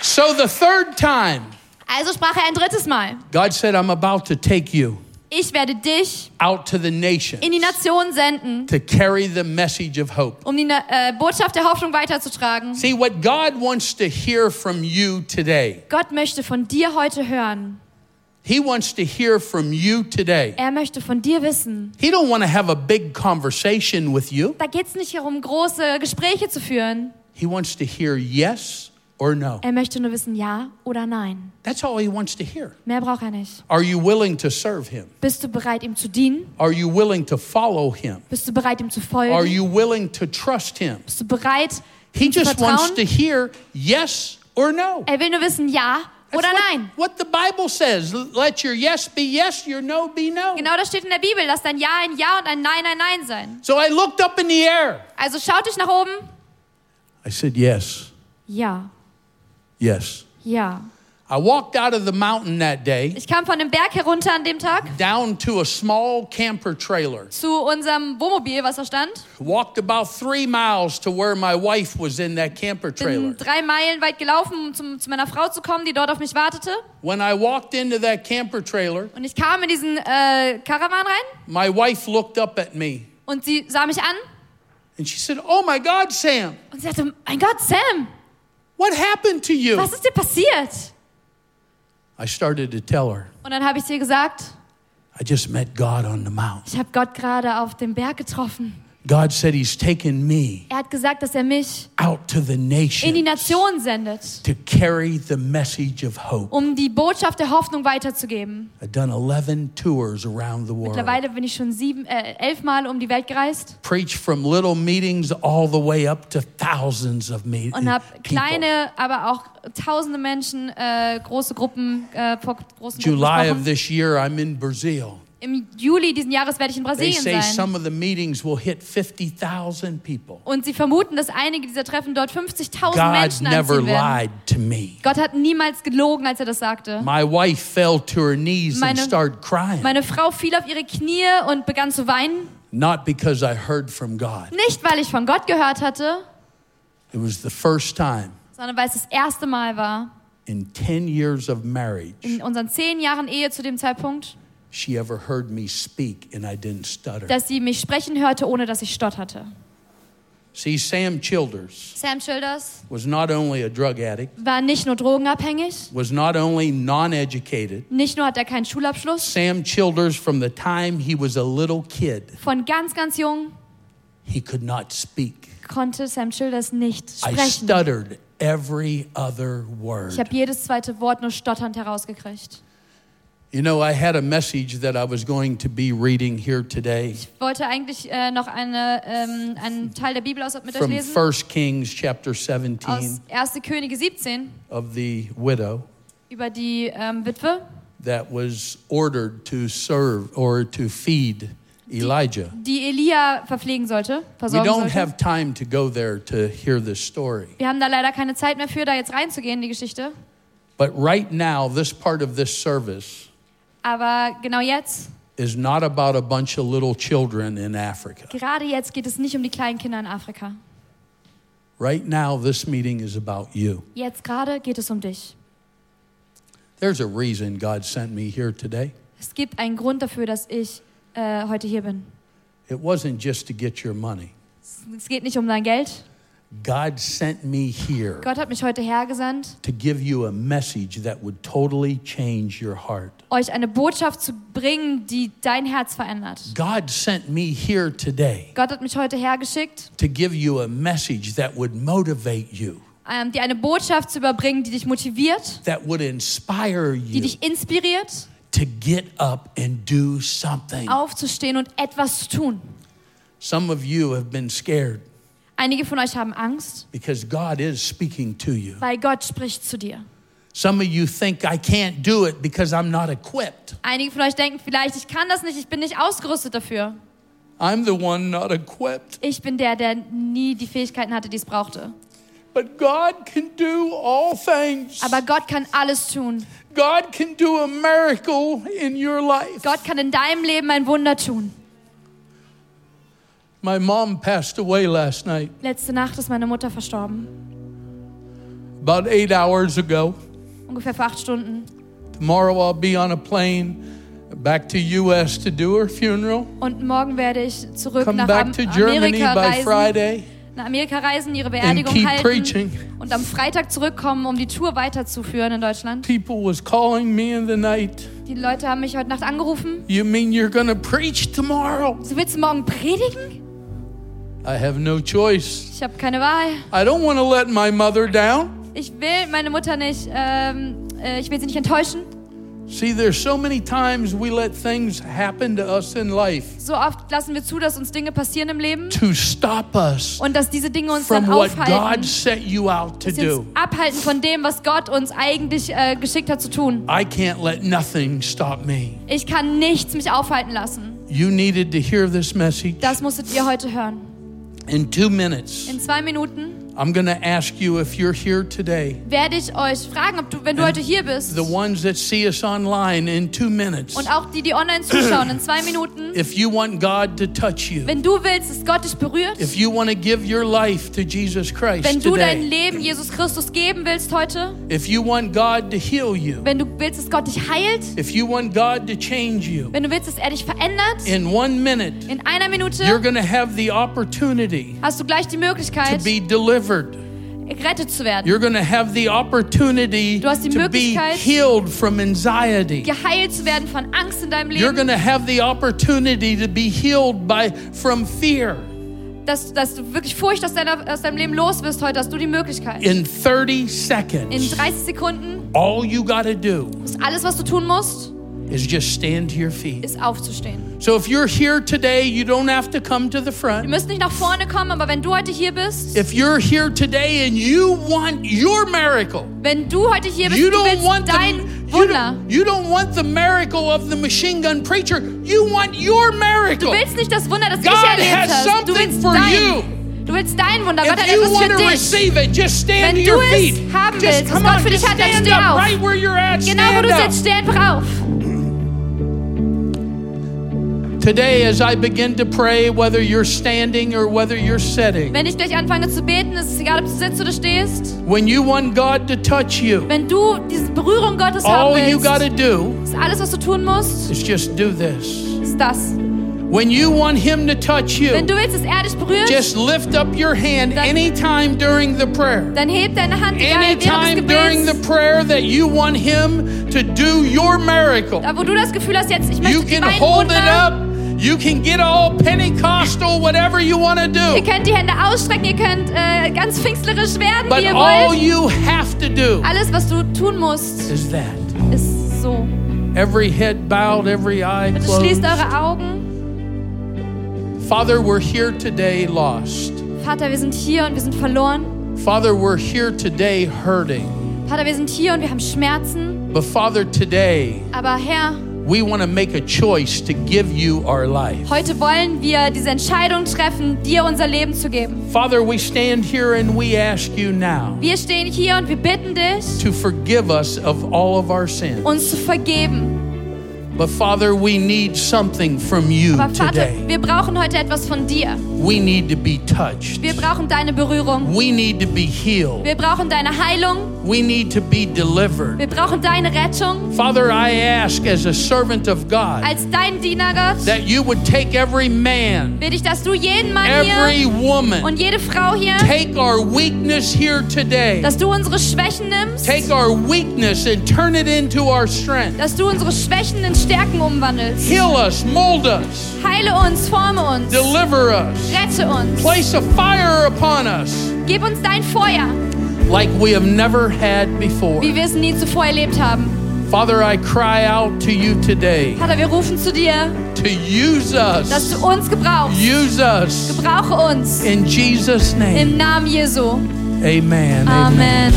So the third time, Also sprach er ein drittes Mal. God said, I'm about to take you Ich werde dich out to the in die nation Nation senden, to carry the message of hope. um die Na- äh, Botschaft der Hoffnung weiterzutragen. See, what God wants to hear from you today, Gott möchte von dir heute hören. He wants to hear from you today. Er möchte von dir wissen. He don't want to have a big conversation with you. Da geht es nicht darum, große Gespräche zu führen. He wants to hear yes or no. Er möchte nur wissen, ja oder nein. That's all He wants to hear. Mehr braucht er nicht. Are you willing to serve Him? Bist du bereit, ihm zu dienen? Are you willing to follow him? Bist du bereit, ihm zu folgen? Are you willing to trust him? Bist du bereit, He ihm zu just wants to vertrauen? hear yes or no. Er will nur wissen, ja That's oder what, nein. What the Bible says, let your yes be yes, your no be no. Genau das steht in der Bibel, dass ein Ja ein Ja und ein Nein ein Nein sein. So I looked up in the air. Also schaut euch nach oben. I said, yes, Ja, yes. ja. I walked out of the mountain that day Ich kam von dem Berg herunter an dem Tag down to a small camper trailer. zu unserem Wohnmobil, was da stand. Walked about three miles to where my wife was in that camper trailer. Bin drei Meilen weit gelaufen, um zum, zu meiner Frau zu kommen, die dort auf mich wartete. When I walked into that camper trailer, Und ich kam in diesen äh, Karawan rein my wife looked up at me und sie sah mich an and she said, Oh my God, Sam, und sie sagte, mein Gott, Sam, what happened to you? was ist dir passiert? I started to tell her, Und dann habe ich ihr gesagt, I just met God on the mountain. ich habe Gott gerade auf dem Berg getroffen. God said He's taken me Er hat gesagt, dass er mich out to the in die nation Nation sendet, to carry the message of hope. um die Botschaft der Hoffnung weiterzugeben. I've done 11 tours around the world. Mittlerweile bin ich schon sieben, äh, elfmal um die Welt gereist Preached from little meetings all the way up to thousands of meetings. und habe kleine, aber auch tausende Menschen, äh, große Gruppen, äh, vor großen Gruppen July of gesprochen. this year, I'm in Brazil. Im Juli diesen Jahres werde ich in They Brasilien say sein. some of the meetings will hit 50,000 people. Und sie vermuten, dass einige dieser Treffen dort 50.000 God Menschen never anziehen werden. lied to me. Gott hat niemals gelogen, als er das sagte. My wife fell to her knees and Meine- started crying. Meine Frau fiel auf ihre Knie und begann zu weinen. Not because I heard from God. Nicht, weil ich von Gott gehört hatte, It was the first time sondern weil es das erste Mal war, in 10 years of marriage in unseren zehn Jahren Ehe zu dem Zeitpunkt, she ever heard me speak and I didn't stutter. dass sie mich sprechen hörte, ohne dass ich stotterte. See, Sam Childers Sam Childers was not only a drug addict, war nicht nur drogenabhängig, was not only non educated. nicht nur hat er keinen Schulabschluss, Sam Childers, from the time he was a little kid, von ganz, ganz jung he could not speak. konnte Sam Childers nicht I sprechen. stuttered every other Ich habe word. jedes zweite Wort nur stotternd herausgekriegt. You know, I had a message that I was going to be reading here today Ich wollte eigentlich äh, noch eine, ähm, einen Teil der Bibel aus, mit euch from lesen. 1 Kings chapter Aus 17 1. Könige 17 of the widow über die ähm, Witwe, that was ordered to serve or to feed Elijah. die Elia verpflegen sollte, We versorgen don't sollte. have time to go there to hear this story. Wir haben da leider keine Zeit mehr für, da jetzt reinzugehen in die Geschichte. But right now, this part of this service Aber genau jetzt, is not about a bunch of little children in Africa. gerade jetzt geht es nicht um die kleinen Kinder in Afrika. Right now, this meeting is about you. Jetzt gerade geht es um dich. There's a reason God sent me here today. Es gibt einen Grund dafür, dass ich äh, heute hier bin. It wasn't just to get your money. Es- Es geht nicht um dein Geld. God sent me here Gott hat mich heute hergesandt, to give you a message that would totally change your heart. euch eine Botschaft zu bringen, die dein Herz verändert. God sent me here today Gott hat mich heute hergeschickt, to give you a message that would motivate you, ähm, dir eine Botschaft zu überbringen, die dich motiviert, that would inspire die you dich inspiriert, to get up and do something. Oh. aufzustehen und etwas zu tun. Some of you have been scared Einige von euch haben Angst, because God is speaking to you. weil Gott spricht zu dir. Some of you think, I can't do it because I'm not equipped. Einige von euch denken vielleicht, ich kann das nicht, ich bin nicht ausgerüstet dafür. I'm the one not equipped. Ich bin der, der nie die Fähigkeiten hatte, die es brauchte. But God can do all things. Aber Gott kann alles tun. God can do a miracle in your life. Gott kann in deinem Leben ein Wunder tun. My mom passed away last night, Letzte Nacht ist meine Mutter verstorben. about eight hours ago. Ungefähr vor acht Stunden. Tomorrow I'll be on a plane back to U.S. to do her funeral. Und morgen werde ich zurück Come nach back Am to Germany Amerika by reisen. Friday. Nach Amerika reisen, ihre Beerdigung keep halten. preaching. Und am Freitag zurückkommen, um die Tour weiterzuführen in Deutschland. People was calling me in the night. Die Leute haben mich heute Nacht angerufen. You mean you're going to preach tomorrow? So willst du morgen predigen? I have no choice. Ich habe keine Wahl. I don't want to let my mother down. Ich will meine Mutter nicht, ähm, äh, ich will sie nicht enttäuschen. See, there's so many times we let things happen to us in life So oft lassen wir zu, dass uns Dinge passieren im Leben to stop us und dass diese Dinge uns from dann what God aufhalten. set you out to Sie do. uns abhalten von dem, was Gott uns eigentlich äh, geschickt hat zu tun. I can't let nothing stop me. Ich kann nichts mich aufhalten lassen. You needed to hear this message. Das musstet ihr heute hören. In two minutes, In zwei Minuten I'm going to ask you if you're here today. werde ich euch fragen, ob du, wenn du heute hier bist The und ones that see us online in two minutes, auch die, die online zuschauen, in zwei Minuten, if you want God to touch you, wenn du willst, dass Gott dich berührt, if you want to give your life to Jesus Christ wenn du dein today, Leben Jesus Christus geben willst heute, if you want God to heal you, wenn du willst, dass Gott dich heilt, if you want God to change you, wenn du willst, dass er dich verändert, in one minute, in einer Minute you're going to have the opportunity hast du gleich die to Möglichkeit, be delivered. gerettet zu werden, You're going to have the opportunity Du hast die to be Möglichkeit, healed from anxiety. geheilt zu werden von Angst in deinem You're going Leben, to have the opportunity to be healed by from fear dass, dass du wirklich Furcht aus, deiner, aus deinem Leben los wirst heute, hast du die Möglichkeit. in 30 In seconds. 30 Sekunden All you got to do ist alles, was du tun musst, is just stand to your feet. ist aufzustehen. So if you're here today, you don't have to come to the Du front. müsst nicht nach vorne kommen, aber wenn du heute hier bist, If you're here today and you want your miracle, wenn du heute hier bist, you du don't want the willst dein you Wunder. don't, you don't want the miracle of the machine gun preacher. You want your Du miracle. willst nicht das Wunder, das God ich erlebt has habe. Du something willst for dein, du willst dein Wunder. Gott hat If you etwas want to für dich. receive it, just stand to Wenn your du es feet. haben Just willst, come was Gott on, für dich just hat, dann stand steh up auf. right where you're at. Genau wo Stand du up. sitzt, steh einfach auf. Today, as I begin to pray, whether you're standing or whether you're sitting, Wenn ich gleich anfange zu beten, ist es egal, ob du sitzt oder stehst. when you want God to touch you, Wenn du diese Berührung Gottes haben all you got to willst, do ist alles, was du tun musst, is just do this. ist das. When you want Him to touch you, Wenn du willst, dass er dich berührt, just lift up your hand Dann- anytime during the prayer. dann heb deine Hand egal, während Anytime during des the Gebets. prayer that you want Him to do your miracle. Da, wo du das Gefühl hast, jetzt, ich You möchte can mein hold it up. Wunder. You can get all Pentecostal, whatever you want to do. Ihr könnt die Hände ausstrecken, ihr könnt äh, ganz pfingstlerisch werden, But wie ihr all wollt. you have to do Alles, was du tun musst, is that. ist so. Every head bowed, every eye Bitte closed. Also schließt eure Augen. Father, we're here today lost. Vater, wir sind hier und wir sind verloren. Father, we're here today hurting. Vater, wir sind hier und wir haben Schmerzen. But Father, today Aber Herr, we want to make a choice to give you our life. heute wollen wir diese Entscheidung treffen, dir unser Leben zu geben. Father, we stand here and we ask you now Wir stehen hier und wir bitten dich, to forgive us of all of our sins. uns zu vergeben. But Father, we need something from you Aber Vater, today. wir brauchen heute etwas von dir. We need to be touched. Wir brauchen deine Berührung. We need to be healed. Wir brauchen deine Heilung. We need to be delivered. Wir brauchen deine Rettung. Father, I ask as a servant of God Als dein Diener, Gott, that you would take every man, bitte ich, dass du jeden Mann every hier woman, und jede Frau hier, take our weakness here today. dass du unsere Schwächen nimmst. Take our weakness and turn it into our strength. dass du unsere Schwächen in Stärken umwandelst. Heal us, mold us, Heile uns, forme uns, deliver us, rette uns. place a fire upon us Gib uns dein Feuer, like we have never had before. wie wir es nie zuvor erlebt haben. Father, I cry out to you today Vater, wir rufen zu dir, to use dass us. du uns gebrauchst. Use us. Gebrauche uns In Jesus' name. im Namen Jesu. Amen. Amen.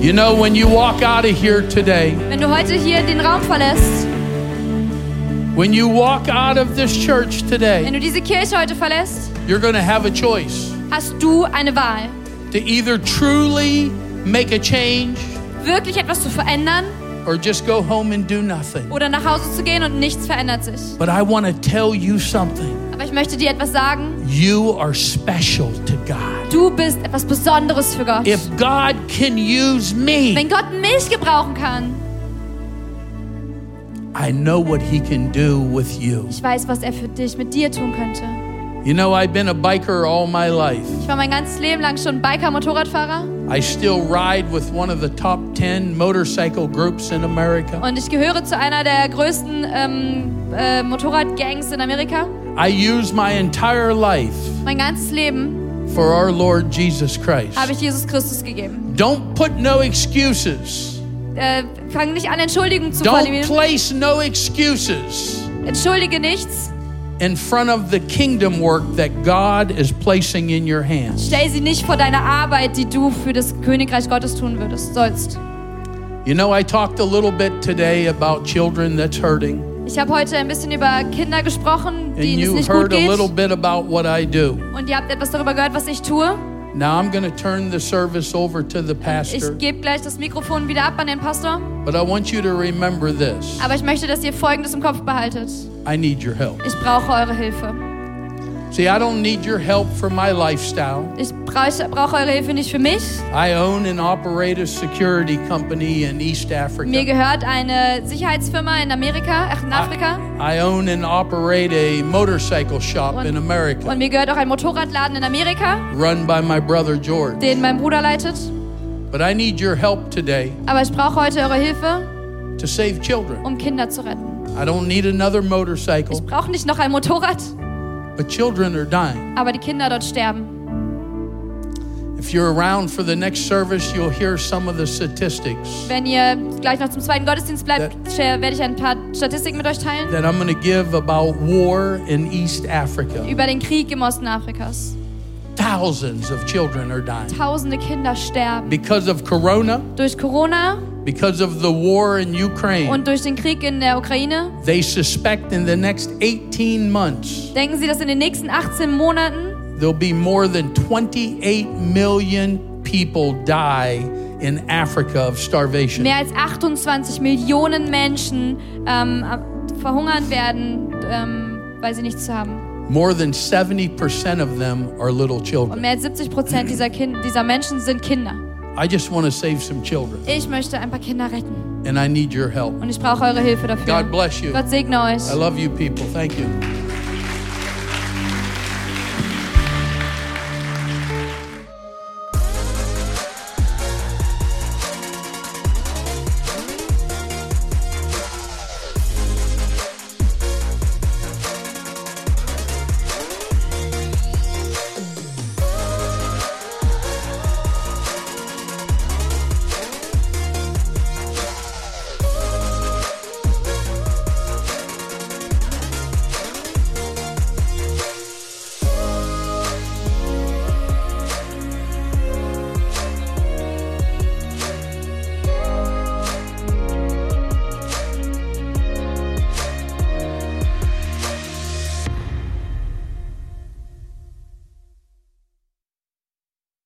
You know, when you walk out of here today, Wenn du heute hier den Raum verlässt, when you walk out of this church wenn today, du diese Kirche heute verlässt, you're going to have a choice hast du eine Wahl, to either truly make a change wirklich etwas zu verändern or just go home and do nothing. oder nach Hause zu gehen und nichts verändert sich. But I want to tell you something. Aber ich möchte dir etwas sagen. You are special to God. Du bist etwas Besonderes für Gott. If God can use me, Wenn Gott mich gebrauchen kann, I know what He can do with you. Ich weiß, was er für dich, mit dir tun könnte. You know, I've been a biker all my life. Ich war mein ganzes Leben lang schon Biker, Motorradfahrer I still ride with one of the top 10 motorcycle groups in America. und ich gehöre zu einer der größten ähm, äh, Motorradgangs in Amerika. I use my entire life Mein ganzes Leben for our Lord Jesus habe Christ. ich Jesus Christus gegeben. Don't put no excuses äh, fang nicht an, Entschuldigungen zu Don't formulieren. place no excuses Entschuldige nichts. in front of the kingdom work that God is placing in your hands. Stell sie nicht vor deine Arbeit, die du für das Königreich Gottes tun würdest, sollst. You know, I talked a little bit today about children that's hurting, Ich habe heute ein bisschen über Kinder gesprochen, and denen es you nicht gut heard a geht. little bit about what I do. Und ihr habt etwas darüber gehört, was ich tue. Now I'm going to turn the service over to the pastor, Ich gebe gleich das Mikrofon wieder ab an den Pastor. but I want you to remember this. Aber ich möchte, dass ihr Folgendes im Kopf behaltet. I need your help. Ich brauche eure Hilfe. See, I don't need your help for my lifestyle. Ich brauche, brauche eure Hilfe nicht für mich. I own and operate a security company in East Mir Africa. gehört eine Sicherheitsfirma in Amerika, ach, in Afrika. I own and operate a motorcycle shop in America Und mir gehört auch ein Motorradladen in Amerika, run by my brother George. den mein Bruder leitet. But I need your help today Aber ich brauche heute eure Hilfe, to save children. um Kinder zu retten. I don't need another motorcycle, Ich brauche nicht noch ein Motorrad, but children are dying. aber die Kinder dort sterben. If you're around for the next service, you'll hear some of the statistics Wenn ihr gleich noch zum zweiten Gottesdienst bleibt, werde ich ein paar Statistiken mit euch teilen that I'm going to give about war in East Africa. über den Krieg im Osten Afrikas. Thousands of children are dying Tausende Kinder sterben. because of corona, Durch Corona because of the war in Ukraine. und durch den Krieg in der Ukraine They suspect in the next 18 months denken sie, dass in den nächsten 18 Monaten there'll be more than 28 million people die in Africa of starvation. mehr als 28 Millionen Menschen ähm, verhungern werden, ähm, weil sie nichts zu haben. More than 70% of them are little Und children. mehr als 70 Prozent dieser, kind dieser Menschen sind Kinder. I just want to save some children, Ich möchte ein paar Kinder retten and I need your help. und ich brauche eure Hilfe dafür. God bless you. Gott segne euch. I love you people. Thank you.